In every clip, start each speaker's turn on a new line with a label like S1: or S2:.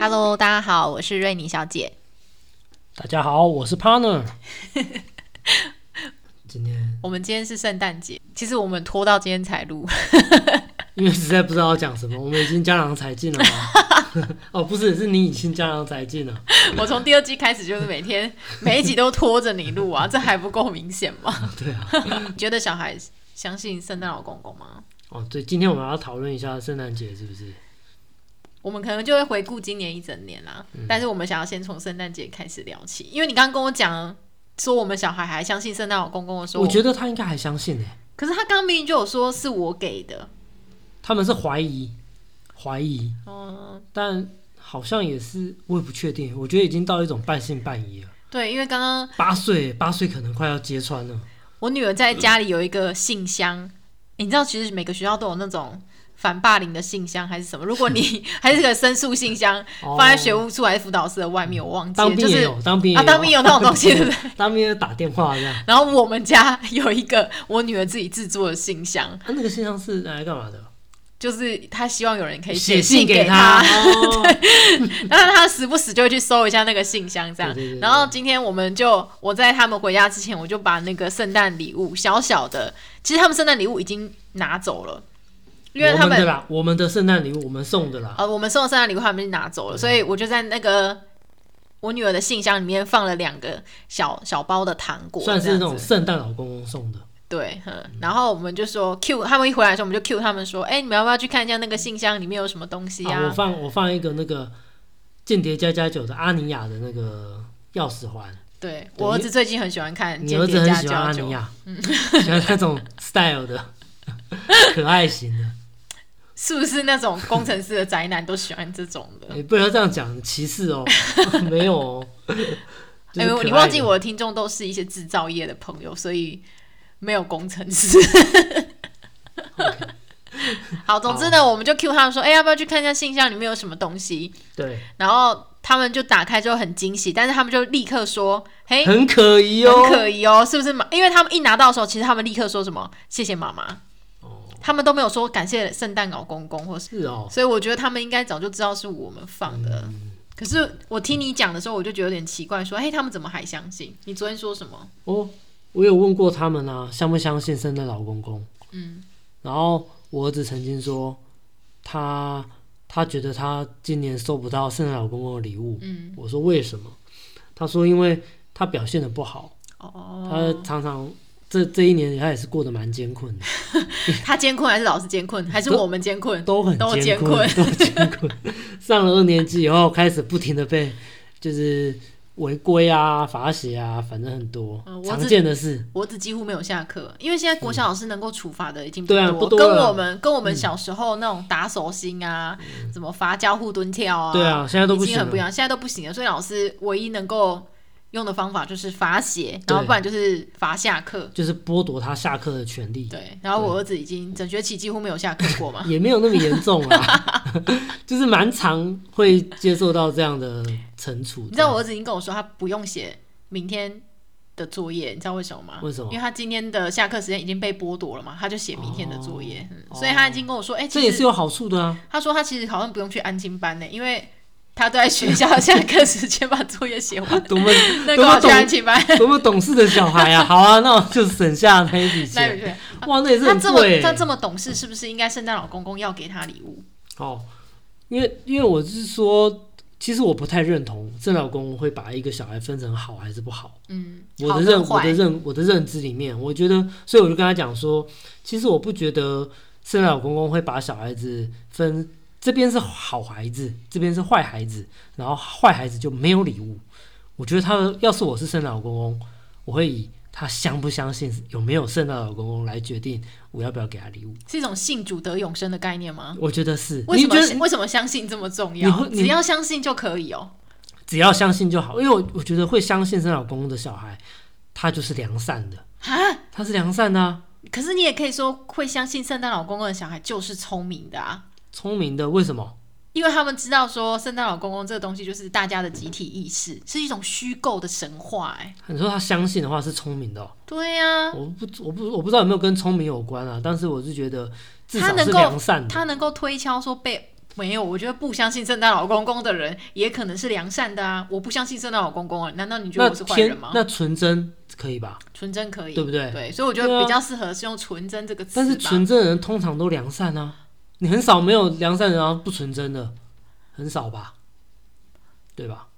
S1: Hello，大家好，我是瑞尼小姐。
S2: 大家好，我 是 Partner。今天
S1: 我们今天是圣诞节，其实我们拖到今天才录，
S2: 因为实在不知道要讲什么，我们已经江郎才尽了吗？ 哦，不是，是你已经江郎才尽了。
S1: 我从第二季开始就是每天每一集都拖着你录啊，这还不够明显吗？
S2: 对啊，
S1: 你 觉得小孩相信圣诞老公公吗？
S2: 哦，对，今天我们要讨论一下圣诞节是不是？
S1: 我们可能就会回顾今年一整年啦，
S2: 嗯
S1: 但是我们想要先从圣诞节开始聊起，因为你刚刚跟我讲说我们小孩还相信圣诞老公公的时候，
S2: 我觉得他应该还相信呢、欸
S1: 可是他刚明明就有说是我给的，
S2: 他们是怀疑，怀疑，
S1: 嗯，
S2: 但好像也是，我也不确定。我觉得已经到一种半信半疑了。
S1: 对，因为刚刚
S2: 八岁，八岁可能快要揭穿了。
S1: 我女儿在家里有一个信箱，诶你知道，其实每个学校都有那种反霸凌的信箱还是什么？如果你 还是个申诉信箱，
S2: 哦
S1: 放在学务处还是辅导室的外面，我忘记
S2: 当
S1: 了，就
S2: 兵也
S1: 是
S2: 有，当兵也
S1: 啊，当兵 有那种东西， 对不对？
S2: 当兵也打电话这样。
S1: 然后我们家有一个我女儿自己制作的信箱，
S2: 啊，那个信箱是拿来干嘛的？
S1: 就是她希望有人可以
S2: 写
S1: 信
S2: 信
S1: 给
S2: 他
S1: 她，。
S2: 哦
S1: 但是她时不时就会去搜一下那个信箱，这样。
S2: 对对对对
S1: 然后今天我们就我在他们回家之前，我就把那个圣诞礼物小小的，其实他们圣诞礼物已经拿走了，因为他
S2: 我们
S1: 们
S2: 的啦，我们的圣诞礼物我们送的啦，
S1: 呃，我们送的圣诞礼物他们就拿走了，所以我就在那个我女儿的信箱里面放了两个小小包的糖果，
S2: 算
S1: 这
S2: 是
S1: 样
S2: 那种
S1: 子
S2: 圣诞老公公送的。
S1: 对，嗯，然后我们就说 Q 他们一回来的时候，我们就 Q 他们说，哎、你们要不要去看一下那个信箱里面有什么东西
S2: 啊，我
S1: 啊？
S2: 放我放一个那个《间谍加加酒》的阿尼亚的那个钥匙环，
S1: 对我儿子最近很喜欢看《
S2: 你
S1: 间
S2: 儿子
S1: 谍
S2: 很
S1: 家
S2: 喜欢
S1: 家
S2: 阿
S1: 酒
S2: 尼》，亚，喜欢那种 style 的， 可爱型的。
S1: 是不是那种工程师的宅男都喜欢这种的？
S2: 你哎不要这样讲，歧视哦， 没有哦。 就
S1: 哎、
S2: 是可爱
S1: 你
S2: 的
S1: 忘记我的听众都是一些制造业的朋友，所以没有工程 师。好，总之呢，我们就 Q 他们说，哎、要不要去看一下信箱里面有什么东西？
S2: 对，
S1: 然后他们就打开之后很惊喜，但是他们就立刻说，嘿，
S2: 很可疑哦。
S1: 哎很可疑哦，是不是嘛？因为他们一拿到的时候，其实他们立刻说什么谢谢妈妈，
S2: 哦，
S1: 他们都没有说感谢圣诞老公公或是，
S2: 是哦，嗯
S1: 所以我觉得他们应该早就知道是我们放的。可是我听你讲的时候，我就觉得有点奇怪，说，嘿，他们怎么还相信？你昨天说什么？
S2: 哦，我有问过他们啊，相不相信圣诞老公公？
S1: 嗯，
S2: 然后我儿子曾经说，他他觉得他今年收不到圣诞老公公的礼物。
S1: 嗯，
S2: 我说为什么？他说因为他表现的不好，他
S1: 哦，
S2: 常常这这一年他也是过得蛮 艰困的，
S1: 他监困还是老师监困，还是我们监困？
S2: 都很
S1: 都艰
S2: 艰 都很艰困。上了二年级以后，开始不停的被就是违规啊、罚写啊，反正很多、
S1: 嗯我
S2: 常
S1: 只
S2: 见的事。
S1: 我只几乎没有下课，因为现在国小老师能够处罚的已经
S2: 对啊不多
S1: 跟
S2: 了嗯
S1: 我们跟我们小时候那种打手心啊，什么罚交互蹲跳啊，
S2: 对啊，现在都不
S1: 已经
S2: 行
S1: 很不一
S2: 了。
S1: 样，现在都不行了。所以老师唯一能够用的方法就是罚写，
S2: 对
S1: 然后不然就是罚下课。
S2: 就是剥夺他下课的权利，
S1: 对，然后我儿子已经整学期几乎没有下课过 嘛。
S2: 也没有那么严重啦， 就是蛮常会接受到这样的惩处。
S1: 你知道我儿子已经跟我说他不用写明天的作业，你知道为什么吗？
S2: 为什么
S1: 因为他今天的下课时间已经被剥夺了嘛，他就写明天的作业，嗯
S2: 哦
S1: 所以他已经跟我说，哎、
S2: 这
S1: 其
S2: 也
S1: 实
S2: 是有好处的啊，
S1: 他说他其实好像不用去安亲班呢，因为他都在学校的下课时间把作业 写完，
S2: 多么
S1: 那
S2: 多
S1: 个
S2: 么
S1: 我去
S2: 懂
S1: 安亲班。
S2: 多么懂事的小孩啊！好啊，那我就省下那一笔
S1: 那你
S2: 钱。
S1: 觉得
S2: 哇，那也是
S1: 他
S2: 很
S1: 这么
S2: 贵
S1: 他
S2: 欸
S1: 这么懂事，是不是应该圣诞老公公要给他礼物？
S2: 哦。因为因为我是说，其实我不太认同郑老公会把一个小孩分成好还是不好。
S1: 嗯，
S2: 我
S1: 好
S2: 的
S1: 跟
S2: 认我
S1: 坏
S2: 的认我的认知里面，我觉得，所以我就跟他讲说，其实我不觉得圣诞老公公会把小孩子分这边是好孩子，这边是坏孩子，然后坏孩子就没有礼物。我觉得他要是我是圣诞老公公，我会以他相不相信有没有圣诞老公公来决定我要不要给他礼物。
S1: 是一种信主得永生的概念吗？
S2: 我觉得是，
S1: 嗯为
S2: 你
S1: 什
S2: 觉
S1: 么
S2: 得
S1: 为什么相信这么重
S2: 你
S1: 要？
S2: 会你
S1: 只要相信就可以哦、
S2: 只要相信就好，因为我我觉得会相信圣诞老公公的小孩，他就是良善的，
S1: 啊！
S2: 他是良善的、啊，
S1: 可是你也可以说，会相信圣诞老公公的小孩就是聪明的啊，
S2: 聪明的。为什么？
S1: 因为他们知道说圣诞老公公这个东西就是大家的集体意识，是一种虚构的神话、哎，
S2: 你说他相信的话是聪明的、哦，
S1: 对啊呀、
S2: 我不我不我不知道有没有跟聪明有关啊，但是我是觉得至
S1: 他
S2: 少
S1: 能
S2: 是
S1: 够
S2: 良善的。
S1: 他能够推敲说被没有，我觉得不相信圣诞老公公的人也可能是良善的啊。我不相信圣诞老公公啊，难道你觉得
S2: 那
S1: 我是坏人
S2: 天
S1: 吗？
S2: 那纯真可以吧？
S1: 纯真可以，
S2: 对不对
S1: 所以我觉
S2: 对
S1: 得
S2: 啊
S1: 比较适合是用纯真这个词吧。
S2: 但是纯真的人通常都良善啊，你很少没有良善人然后不纯真的，很少吧？对吧？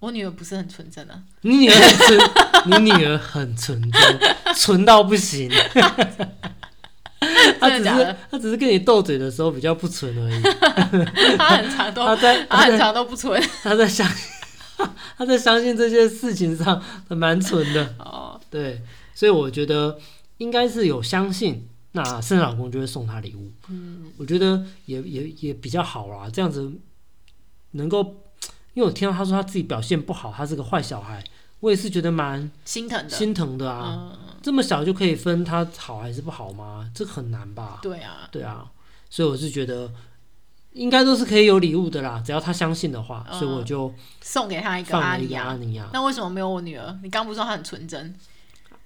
S1: 我女儿不是很纯真啊，
S2: 你女儿 很纯，你女儿很纯真，纯到不行。 她
S1: 真的
S2: 只
S1: 假
S2: 是
S1: 的？
S2: 她只是跟你斗嘴的时候比较不纯 而已。
S1: 她很常
S2: 她
S1: 都，
S2: 在
S1: 她
S2: 她
S1: 很
S2: 在
S1: 常都不 纯
S2: 她在相她在相信这些事情上蛮纯的。
S1: 哦。
S2: 对，所以我觉得应该是有相信，那圣诞老公就会送他礼物。嗯，我觉得也也也比较好啦，这样子能够，因为我听到他说他自己表现不好，他是个坏小孩，我也是觉得蛮
S1: 心疼的。
S2: 心疼的啊。
S1: 嗯，
S2: 这么小就可以分他好还是不好吗？这个很难吧？
S1: 对啊，
S2: 对啊，所以我是觉得。应该都是可以有礼物的啦，只要他相信的话，所以我
S1: 嗯
S2: 就
S1: 送给她一个
S2: 放
S1: 阿
S2: 了一
S1: 尼
S2: 个阿
S1: 亚。
S2: 尼亚。
S1: 那为什么没有我女儿？你刚不是说她很纯真？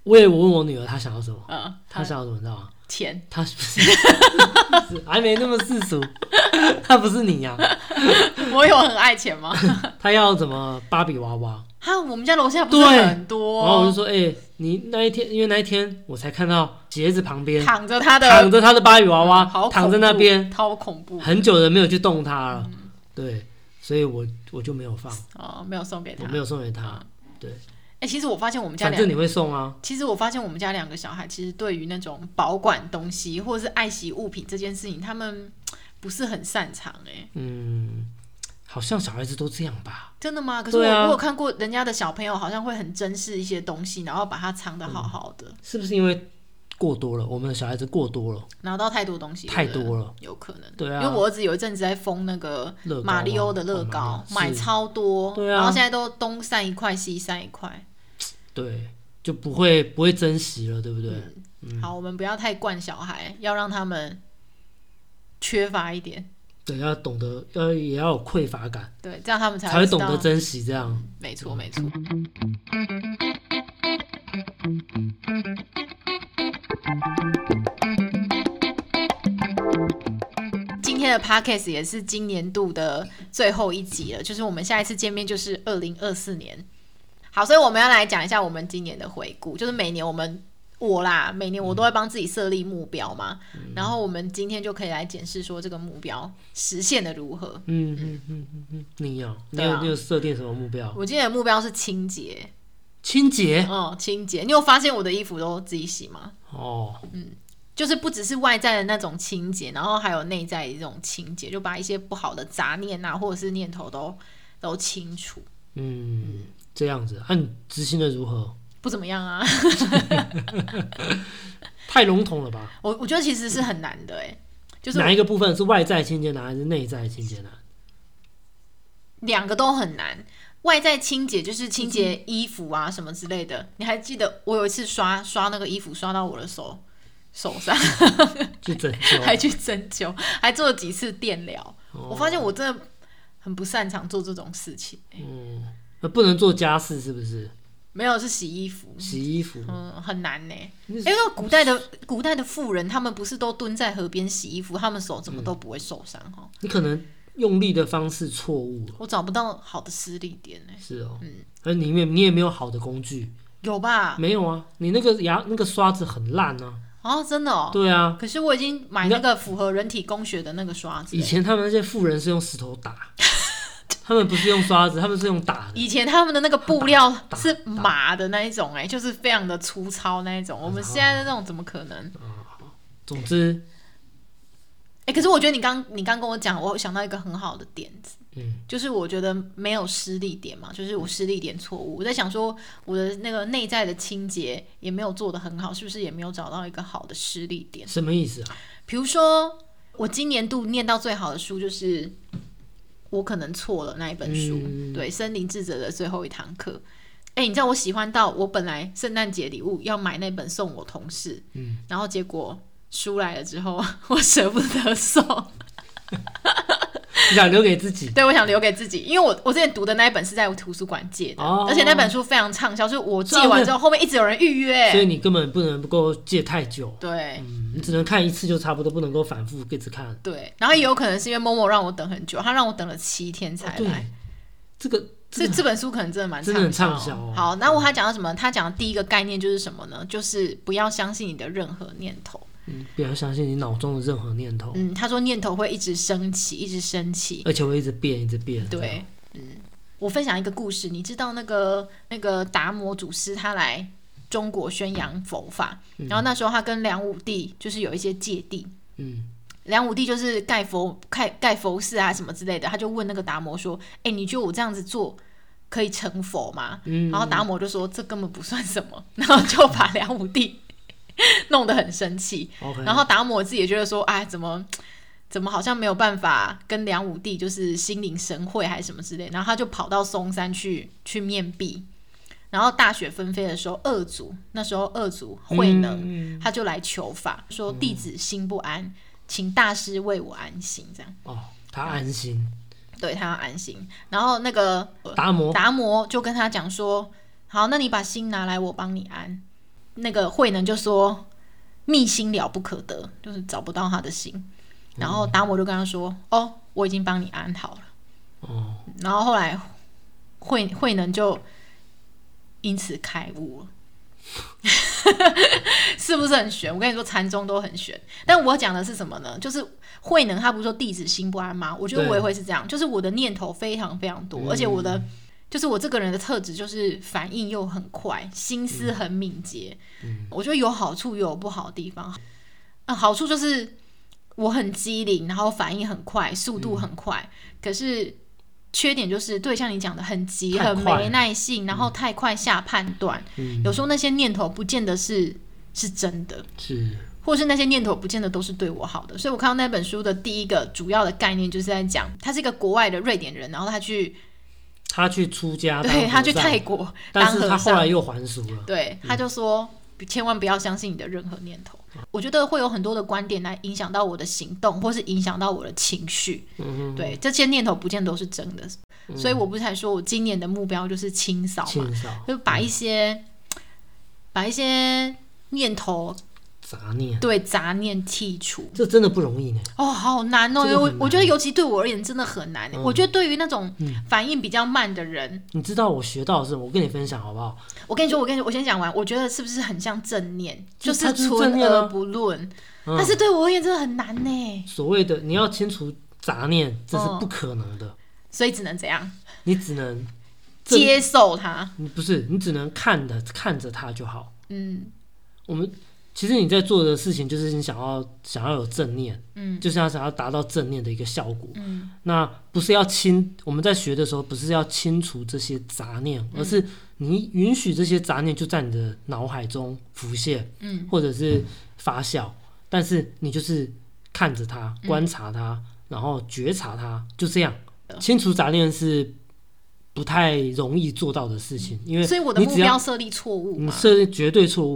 S2: 我也我问我女儿她想要什么，
S1: 嗯，
S2: 她想要什么，你知道吗？
S1: 钱
S2: 他是不 是不是还没那么世俗？ 他不是你呀、
S1: 我有很爱钱吗？
S2: 他要什么芭比娃娃？
S1: 哈，我们家楼下不是
S2: 对
S1: 很多，
S2: 然后我就说，哎、你那一天，因为那一天我才看到鞋子旁边
S1: 躺着她的
S2: 躺着他的芭比娃娃，
S1: 好恐怖
S2: 躺在那边，
S1: 超恐怖
S2: 很久的没有去动它了。对，所以我我就没有放，
S1: 哦，没有送给她
S2: 我。没有送给他。
S1: 哎、其实我发现我们家
S2: 反
S1: 两
S2: 正你会送啊，
S1: 其实我发现我们家两个小孩，其实对于那种保管东西或者是爱惜物品这件事情，他们嘖不是很擅长哎、
S2: 嗯，好像小孩子都这样吧。
S1: 真的吗？可是我、
S2: 对啊
S1: 我有看过人家的小朋友好像会很珍视一些东西，然后把它藏得好好的，
S2: 是不是因为过多了？我们的小孩子过多了，
S1: 拿到太多东西，
S2: 太
S1: 对不对
S2: 多了。
S1: 有可能。
S2: 对啊
S1: 因为我儿子有一阵子在封那个
S2: 乐高啊
S1: 马里欧的乐
S2: 哦
S1: 高，
S2: 马
S1: 买
S2: 里欧是
S1: 超多，
S2: 对啊
S1: 然后现在都东散一块西散一块。
S2: 对，就不会不会珍惜了，对不对？
S1: 嗯
S2: 嗯
S1: 好，我们不要太惯小孩，要让他们缺乏一点，
S2: 对，要懂得要也要有匮乏感，
S1: 对，这样他们
S2: 才会
S1: 知
S2: 懂
S1: 道
S2: 得珍惜。这样，
S1: 没错，没错。今天的 podcast 也是今年度的最后一集了，就是我们下一次见面就是二零二四年。好，所以我们要来讲一下我们今年的回顾，就是每年我们我啦，每年我都会帮自己设立目标嘛，然后我们今天就可以来检视说这个目标实现的如何。
S2: 嗯嗯嗯嗯嗯，你有你
S1: 对
S2: 有、
S1: 啊
S2: 你有设定什么目标？
S1: 我今年的目标是清洁，
S2: 清洁
S1: 嗯，清洁。你有发现我的衣服都自己洗吗？
S2: 哦，
S1: 就是不只是外在的那种清洁，然后还有内在的这种清洁，就把一些不好的杂念啊，或者是念头都都清除。
S2: 嗯，这样子，按、你执行的如何？
S1: 不怎么样啊，
S2: 太笼统了吧？
S1: 我我觉得其实是很难的哎、就是
S2: 哪一个部分是外在清洁难，还是内在清洁难？
S1: 两个都很难。外在清洁就是清洁衣服啊什么之类的。你还记得我有一次刷刷那个衣服刷到我的手手上，
S2: 去拯 救？
S1: 还去针灸，还做了几次电疗。
S2: 哦
S1: 我发现我真的很不擅长做这种事情。
S2: 嗯，那不能做家事是不是？
S1: 没有，是洗衣服。
S2: 洗衣服，
S1: 嗯，很难呢、
S2: 那
S1: 因为古代的古代的妇人，他们不是都蹲在河边洗衣服，他们手怎么都不会受伤哈、
S2: 你可能用力的方式错误了，
S1: 我找不到好的施力点呢、
S2: 是哦。嗯，而你也你也没有好的工具，
S1: 有吧？
S2: 没有啊，你那个牙那个刷子很烂啊。
S1: 哦，真的哦。
S2: 对啊，
S1: 可是我已经买那个符合人体工学的那个刷子
S2: 以
S1: 了。
S2: 前他们那些富人是用石头 打，他们不是用刷子，他们是用打的。
S1: 以前他们的那个布料
S2: 打
S1: 是麻的那一种、哎，就是非常的粗
S2: 啊
S1: 糙那一种。我们现在的那种怎么可能？
S2: 总之，
S1: 哎、可是我觉得你刚你刚跟我讲，我想到一个很好的点子，
S2: 嗯，
S1: 就是我觉得没有失力点嘛，就是我失力点错误。我在想说，我的那个内在的清洁也没有做得很好，是不是也没有找到一个好的失力点？
S2: 什么意思啊？
S1: 比如说，我今年度念到最好的书就是我可能错了那一本书，
S2: 嗯
S1: 对《森林智者的最后一堂课》。哎、你知道我喜欢到我本来圣诞节礼物要买那本送我同事，
S2: 嗯，
S1: 然后结果书来了之后， 我舍不得送。
S2: 你想留给自己？
S1: 对，我想留给自己，因为我我之前读的那一本是在图书馆借的，
S2: 哦
S1: 啊而且那本书非常畅销，就是我借
S2: 这样
S1: 完
S2: 子
S1: 之后，后面一直有人预
S2: 哦 所以
S1: 约。
S2: 你根本不能够借太久，
S1: 对
S2: 嗯，你只能看一次就差不多，不能够反复一直看。
S1: 对，然后也有可能是因为某某让我等很久，他让我等了七天才
S2: 哦对
S1: 来。，
S2: 这个
S1: 这
S2: 这个
S1: 这本书可能真的蛮
S2: 真的很
S1: 畅
S2: 畅销哦
S1: 好，那我他讲到什么？他讲的第一个概念就是什么呢？就是不要相信你的任何念头。
S2: 嗯不要相信你脑中的任何念头，
S1: 嗯，他说念头会一直升起，一直升起。
S2: 而且会一直变，一直变。这
S1: 对
S2: 样，
S1: 嗯，我分享一个故事，你知道那个那个达摩祖师他来中国宣扬佛法，然后那时候他跟梁武帝就是有一些芥蒂。
S2: 嗯，
S1: 梁武帝就是盖佛盖盖佛寺啊什么之类的，他就问那个达摩说：“哎、你觉得我这样子做可以成佛吗？”
S2: 嗯
S1: 然后达摩就说：“这根本不算什么。” 然后就把梁武帝 弄得很生气。
S2: ，OK，
S1: 然后达摩自己也觉得说：“哎，怎么怎么好像没有办法跟梁武帝就是心领神会还是什么之类。”然后他就跑到嵩山去去面壁。然后大雪纷飞的时候，二祖那时候二祖慧能、
S2: 嗯
S1: 他就来求法，说弟子心不安，请大师为我安心，这样
S2: 哦，他安心，
S1: 对他要安心。然后那个呃
S2: 达摩
S1: 达摩就跟他讲说：“好，那你把心拿来，我帮你安。”那个慧能就说：“密心了不可得，就是找不到他的心。”然后达摩就跟他说：“哦，我已经帮你安好了。”
S2: 哦，
S1: 然后后来慧慧能就因此开悟了， 是不是很玄？我跟你说，禅宗都很玄。但我讲的是什么呢？就是慧能他不是说弟子心不安吗？我觉得
S2: 对
S1: 我也会是这样，就是我的念头非常非常多，而且我的。就是我这个人的特质，就是反应又很快，心思很敏捷。我觉得有好处，也有不好的地方。嗯，好处就是我很机灵，然后反应很快，速
S2: 嗯
S1: 度很快。可是缺点就是，对像你讲的很急，
S2: 太
S1: 很
S2: 快
S1: 没耐性，然后太快下判断。
S2: 嗯
S1: 有时候那些念头不见得是是真的，
S2: 是，
S1: 或是那些念头不见得都是对我好的。所以我看到那本书的第一个主要的概念就是在讲，他是一个国外的瑞典人，然后他去
S2: 他去出家，
S1: 对
S2: 当
S1: 他去
S2: 和尚
S1: 泰，国当
S2: 但是
S1: 和
S2: 他后
S1: 尚
S2: 来，又还俗了。
S1: 对他就说千万不要相信你的任何念头。我觉得会有很多的观点来影响到我的行动，或是影响到我的情绪。
S2: 嗯
S1: 对，这些念头不见得都是真的，所以我不是才说我今年的目标就是清扫
S2: 哼，
S1: 嘛，
S2: 清扫
S1: 就把一些把一些念头
S2: 杂念，
S1: 对杂念剔除。
S2: 这真的不容易呢。
S1: 哦，好难哦！
S2: 这个
S1: 因为我
S2: 很难嗯
S1: 我觉得，尤其对我而言，真的很难。我觉得对于那种反应比较慢的人，
S2: 你知道我学到的是什么？我跟你分享好不好？
S1: 我跟你说，我跟你说，我先讲完。我觉得是不是很像正念，
S2: 就是嗯它就是正
S1: 存
S2: 念啊
S1: 而不论。
S2: 嗯
S1: 但是对我而言，真的很难呢，
S2: 所谓的你要清除杂念，这是不可能的，
S1: 所以只能怎样
S2: 你只能正
S1: 接受它。
S2: 你不是你只能看的看着它就好。
S1: 嗯
S2: 我们其实你在做的事情，就是你想要想要有正念，
S1: 嗯
S2: 就是要想要达到正念的一个效果。
S1: 嗯
S2: 那不是要清，我们在学的时候不是要清除这些杂念，
S1: 嗯
S2: 而是你允许这些杂念就在你的脑海中浮现，
S1: 嗯，
S2: 或者是发酵，但是你就是看着它，
S1: 嗯
S2: 观察它，然后觉察它，就这样。清除杂念是不太容易做到的事情，因为
S1: 所以我的
S2: 你
S1: 目
S2: 只要
S1: 标设立错误
S2: 你嗯
S1: 嘛，
S2: 设定绝对错误，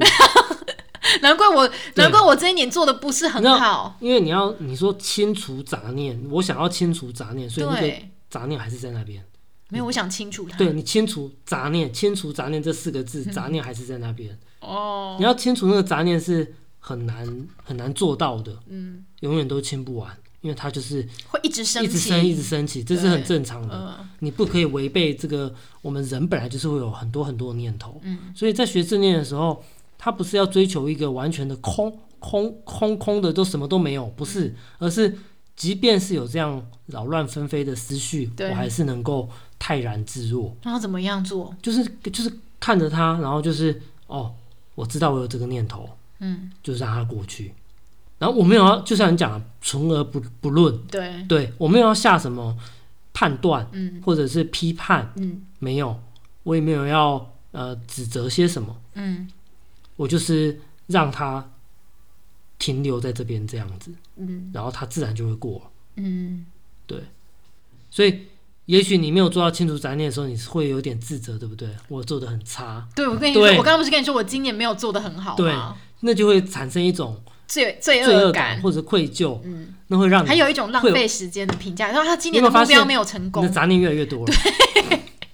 S1: 难怪我难怪我这一年做的不是很好。
S2: 因为你要你说清除杂念，我想要清除杂念，所以那个
S1: 对，
S2: 杂念还是在那边。
S1: 没有，我想清楚它。
S2: 对你清除杂念，清除杂念这四个字，杂念还是在那边。
S1: 嗯哦，
S2: 你要清除那个杂念是很难很难做到的，
S1: 嗯，
S2: 永远都清不完，因为它就是
S1: 会一直升
S2: 一直升一
S1: 起。
S2: 直升起，这是很正常的。
S1: 嗯
S2: 你不可以违背这个，我们人本来就是会有很多很多的念头，所以在学正念的时候，它不是要追求一个完全的空空空空的，都什么都没有，不是，而是即便是有这样扰乱纷飞的思绪，
S1: 对
S2: 我还是能够泰然自若。
S1: 那要怎么样做？
S2: 就是就是看着他，然后就是哦，我知道我有这个念头，
S1: 嗯，
S2: 就让它过去。然后我没有要，就像你讲的，存而不不论，
S1: 对，
S2: 对我没有要下什么判断
S1: 嗯
S2: 或者是批判，
S1: 嗯
S2: 没有，我也没有要呃指责些什么，
S1: 嗯
S2: 我就是让它停留在这边这样子，
S1: 嗯
S2: 然后它自然就会过了。
S1: 嗯，
S2: 所以，也许你没有做到清除杂念的时候，你是会有点自责，对不对？我做的很差，
S1: 对我跟你说，
S2: 对
S1: 我刚刚不是跟你说我今年没有做的很好吗？
S2: 那就会产生一种
S1: 罪罪
S2: 罪恶
S1: 感
S2: 感，或者愧疚，
S1: 嗯，
S2: 那会让你
S1: 还有一种浪
S2: 会有
S1: 费时间的评价，然后他今
S2: 你有
S1: 年
S2: 没
S1: 的
S2: 有发
S1: 目标
S2: 现
S1: 没有成
S2: 你的
S1: 功，
S2: 杂念越来越多了。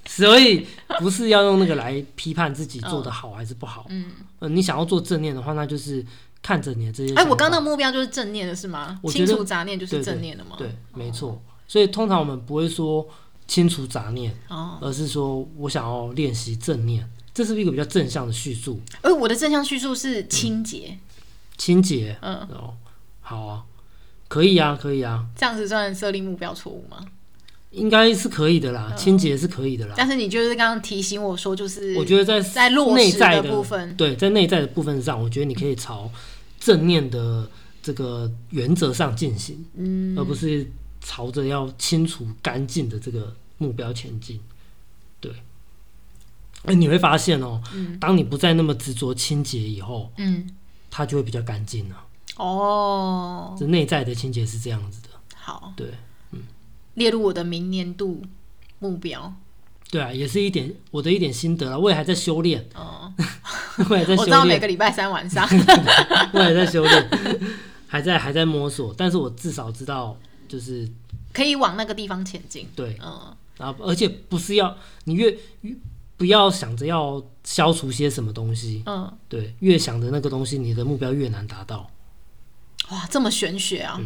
S2: 所以不是要用那个来批判自己做的好还是不好。
S1: 嗯，
S2: 呃，你想要做正念的话，那就是看着你的这些想法。
S1: 哎，我刚刚那个目标就是正念的是吗？
S2: 我觉
S1: 清
S2: 得
S1: 除杂念就是
S2: 对
S1: 正念的吗？
S2: 对，没错。所以通常我们不会说清除杂念，
S1: 哦，
S2: 而是说我想要练习正念，这是一个比较正向的叙述。
S1: 而哎我的正向叙述是清洁，
S2: 清洁
S1: 嗯，
S2: 哦，好啊，可以啊，可以啊，
S1: 这样子算设立目标错误吗？
S2: 应该是可以的啦，
S1: 嗯
S2: 清洁是可以的啦。
S1: 但是你就是刚刚提醒我说，就是
S2: 我觉得在
S1: 在落
S2: 内
S1: 实
S2: 在
S1: 的
S2: 的
S1: 部分，
S2: 对，在内在的部分上，我觉得你可以朝正念的这个原则上进行，
S1: 嗯，
S2: 而不是朝着要清除干净的这个目标前进。对，哎，你会发现哦，
S1: 嗯
S2: 当你不再那么执着清洁以后，
S1: 嗯，
S2: 它就会比较干净了。
S1: 哦，
S2: 这内在的清洁是这样子的。
S1: 好，
S2: 对，嗯
S1: 列入我的明年度目标。
S2: 对啊，也是一点我的一点心得了。我也还在修炼，
S1: 哦，
S2: 我也在
S1: 我
S2: 修
S1: 知道每
S2: 炼，
S1: 个礼拜三晚上，
S2: 我也在修炼， 还在还在摸索。但是我至少知道，就是
S1: 可以往那个地方前进。
S2: 对，
S1: 嗯，
S2: 然啊后而且不是要你越越不要想着要消除些什么东西，
S1: 嗯，
S2: 对，越想着那个东西，你的目标越难达到。
S1: 哇，这么玄学啊！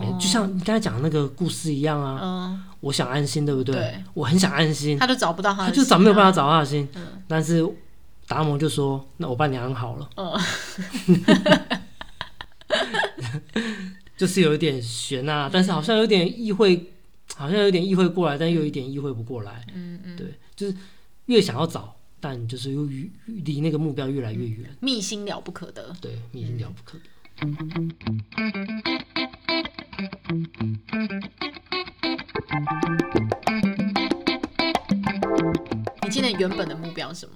S2: 没就像你刚才讲的那个故事一样啊，
S1: 哦嗯，
S2: 我想安心，对不对？
S1: 对
S2: 我很想安心，
S1: 他就找不到他
S2: 嗯他
S1: 的心啊，
S2: 就找没有办法找他的心，
S1: 嗯
S2: 但是达摩就说：“那我帮你安好了。”
S1: 嗯
S2: 就是有一点悬啊，但是好像有点意会，好像有点意会过来，但又有一点意会不过来。
S1: 嗯嗯，
S2: 对，就是越想要找，但就是又越离那个目标越来越远。
S1: 密心了不可得。
S2: 对
S1: 嗯
S2: 你已经了不可得。
S1: 你今年原本的目标是什么？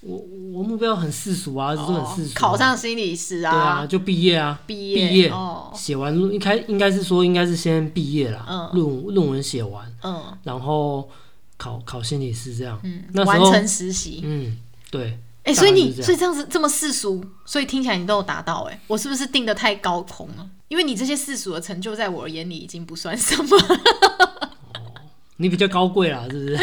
S2: 我我目标很世俗啊，一直都很世
S1: 哦
S2: 俗啊、
S1: 考上心理师
S2: 对啊，
S1: 啊，
S2: 就毕业啊，
S1: 毕
S2: 毕
S1: 业
S2: 业
S1: 哦，
S2: 写完论应该应该是说应该是先毕业啦
S1: 嗯，
S2: 论、论文写完，
S1: 嗯
S2: 然后考考心理师这样。那
S1: 嗯，
S2: 时
S1: 完
S2: 候
S1: 成实习。
S2: 嗯，对，
S1: 哎、
S2: 大概
S1: 所以你
S2: 是这样
S1: 所以这样子这么世俗，所以听起来你都有达到哎、我是不是定的太高空了？因为你这些世俗的成就，在我眼里已经不算什么，
S2: 你比较高贵啦，是不是？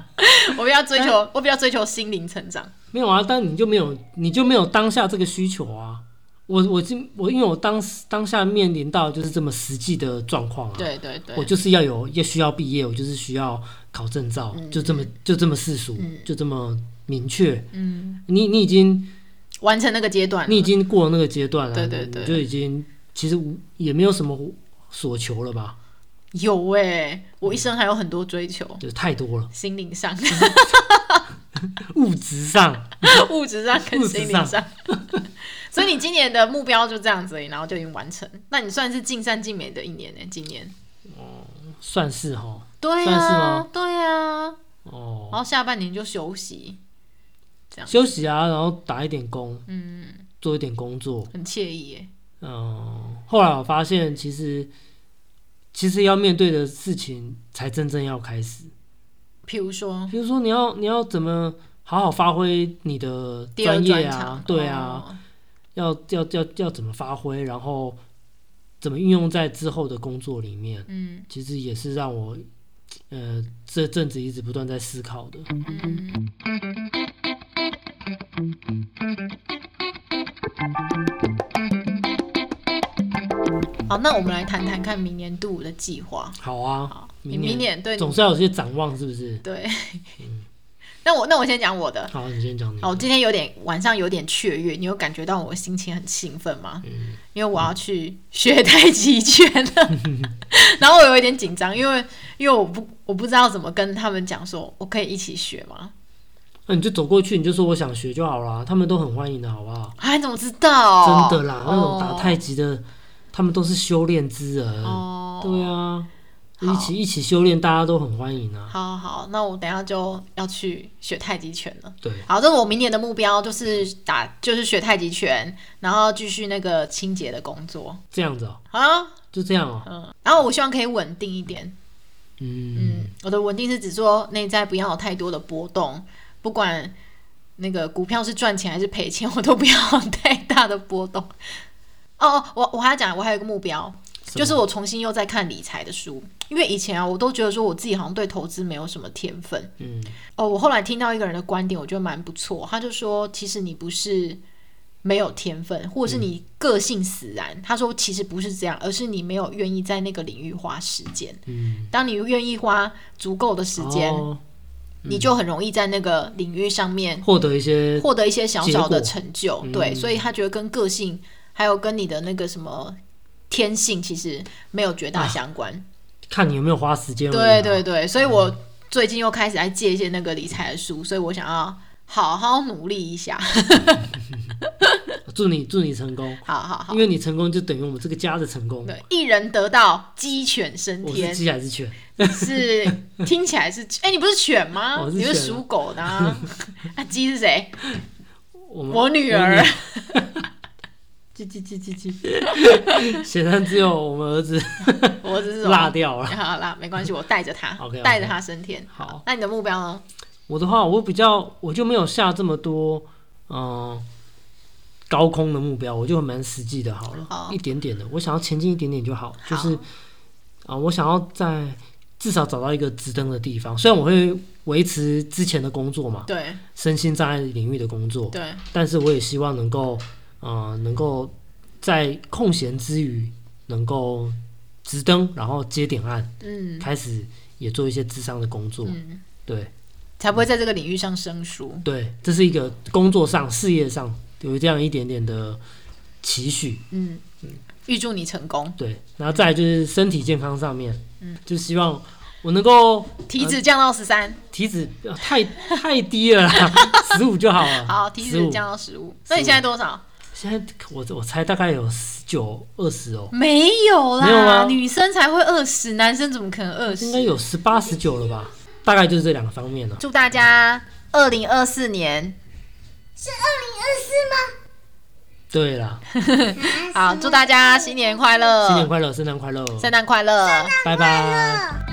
S1: 我比较追求，我比较追求心灵成长。
S2: 没有啊，但你就没有，你就没有当下这个需求啊。我我今我因为我当时当下面临到就是这么实际的状况啊，
S1: 对对对
S2: 我，就是要有要需要毕业，我就是需要考证照，就这么就这么世俗，就这么明确。
S1: 嗯，
S2: 你你已经
S1: 完成那个阶段了，
S2: 你已经过了那个阶段了，
S1: 对对对
S2: 你就已经其实无也没有什么所求了吧，
S1: 有哎、我一生还有很多追求，
S2: 就太多了，
S1: 心灵上、
S2: 物质上
S1: 物质上跟
S2: 物质
S1: 心灵
S2: 上
S1: 上。 所以你今年的目标就这样子而已，然后就已经完成。那你算是尽善尽美的一年呢、今年
S2: 算是哈
S1: 对
S2: 算是
S1: 啊
S2: 吗，
S1: 对啊。
S2: 哦，
S1: 然后下半年就休息，
S2: 休息啊，然后打一点工，嗯，做一点工作，
S1: 很惬意耶。
S2: 嗯，后来我发现其实其实要面对的事情才真正要开始。
S1: 譬如说，
S2: 比如说你要你要怎么好好发挥你的
S1: 第二
S2: 专业
S1: 专
S2: 啊
S1: 场，
S2: 对啊，，
S1: 哦
S2: 要要要要怎么发挥，然后怎么运用在之后的工作里面，
S1: 嗯
S2: 其实也是让我呃这阵子一直不断在思考的。
S1: 嗯，好，那我们来谈谈看明年度我的计划。
S2: 好啊，
S1: 好，你
S2: 明
S1: 明
S2: 年
S1: 年对
S2: 总嗯是要有些展望，是不是？
S1: 对， 那我那我先讲我的。
S2: 好，你先讲你的。
S1: 哦，我今天有点晚上有点雀跃，你有感觉到我心情很兴奋吗？
S2: 嗯
S1: 因为我要去学太极拳 了，然后我有一点紧张，因为因为我不我不知道怎么跟他们讲说我可以一起学嘛，
S2: 那你就走过去，你就说我想学就好啦，他们都很欢迎的，好不好？
S1: 哎，怎么知道？
S2: 真的啦，那种打太极的，他们都是修炼之人，
S1: 哦，
S2: 对啊，
S1: 好
S2: 一起一起修炼，大家都很欢迎啊。
S1: 好好，那我等一下就要去学太极拳了。
S2: 对，
S1: 好，这是我明年的目标，就是打，就是学太极拳，然后继续那个清洁的工作
S2: 这样子哦、
S1: 啊，
S2: 就这样哦、
S1: 嗯，然后我希望可以稳定一点，
S2: 嗯，
S1: 嗯，我的稳定是指说内在不要有太多的波动，不管那个股票是赚钱还是赔钱，我都不要有太大的波动。哦哦，我我还要讲，我还有一个目标，
S2: 什么
S1: 就是我重新又在看理财的书，因为以前啊，我都觉得说我自己好像对投资没有什么天分。
S2: 嗯，
S1: 哦，我后来听到一个人的观点，我觉得蛮不错，他就说，其实你不是。没有天分，或
S2: 嗯
S1: 者是你个性使然。他说其实不是这样，而是你没有愿意在那个领域花时间。
S2: 嗯，
S1: 当你愿意花足够的时间，
S2: 哦
S1: 你就很容易在那个领域上面
S2: 获得一些
S1: 获得一些小小的
S2: 呃结果
S1: 成就。
S2: 嗯
S1: 对，所以他觉得跟个性还有跟你的那个什么天性其实没有
S2: 啊
S1: 绝大相关。
S2: 看你有没有花时间而已
S1: 对
S2: 啊、
S1: 对对，所以我最近又开始在借一些那个理财的书，所以我想要好好努力一下。
S2: 祝你祝你成功，
S1: 好好好
S2: 因，为你成功就等于我们这个家的成功。
S1: 对，一人得道，鸡犬升
S2: 我
S1: 天
S2: 是。鸡还是犬？
S1: 是听起来是， 哎、你不是犬吗？
S2: 我是
S1: 你
S2: 犬啊
S1: 是属狗的 啊？那鸡、是谁？
S2: 我们
S1: 我女儿。
S2: 叽叽叽叽 叽，显然只有我们儿子
S1: 我只是
S2: 落掉了。
S1: 好啦，没关系，我带着他
S2: OK，OK
S1: 带着他升天。
S2: 好，
S1: 那你的目标呢？
S2: 我的话，我比较我就没有下这么多，嗯、高空的目标，我就蛮实际的，好了，
S1: 好
S2: 一点点的，我想要前进一点点就好，就是啊、我想要在至少找到一个直登的地方，虽然我会维持之前的工作嘛，
S1: 对
S2: 身心障碍领域的工作，
S1: 对，
S2: 但是我也希望能够，呃，能够在空闲之余能够直登，然后接点案，
S1: 嗯
S2: 开始也做一些智商的工作。
S1: 嗯，
S2: 对
S1: 才不会在这个领域上生疏。
S2: 对，这是一个工作上、事业上有这样一点点的期许。
S1: 嗯，预祝你成功，
S2: 对，然后再来就是身体健康上面，嗯，就希望我能够
S1: 体脂降到十三，
S2: 体脂呃太太低了啦， 十五就好了。
S1: 好，体脂
S2: 15
S1: 降到啊十五。那你现在多少？
S2: 现在我我猜大概有十九、二十哦，
S1: 没有
S2: 没有吗
S1: 啦，女生才会二十，男生怎么可能二
S2: 应该
S1: 十？
S2: 有十八、十九了吧？大概就是这两个方面了。
S1: 祝大家二零二四年
S3: 是二零二四吗？
S2: 对啦，
S1: 好，祝大家新年快乐，
S2: 新年快乐，圣诞快乐，
S1: 圣诞快乐。
S2: 拜拜。
S3: 乐。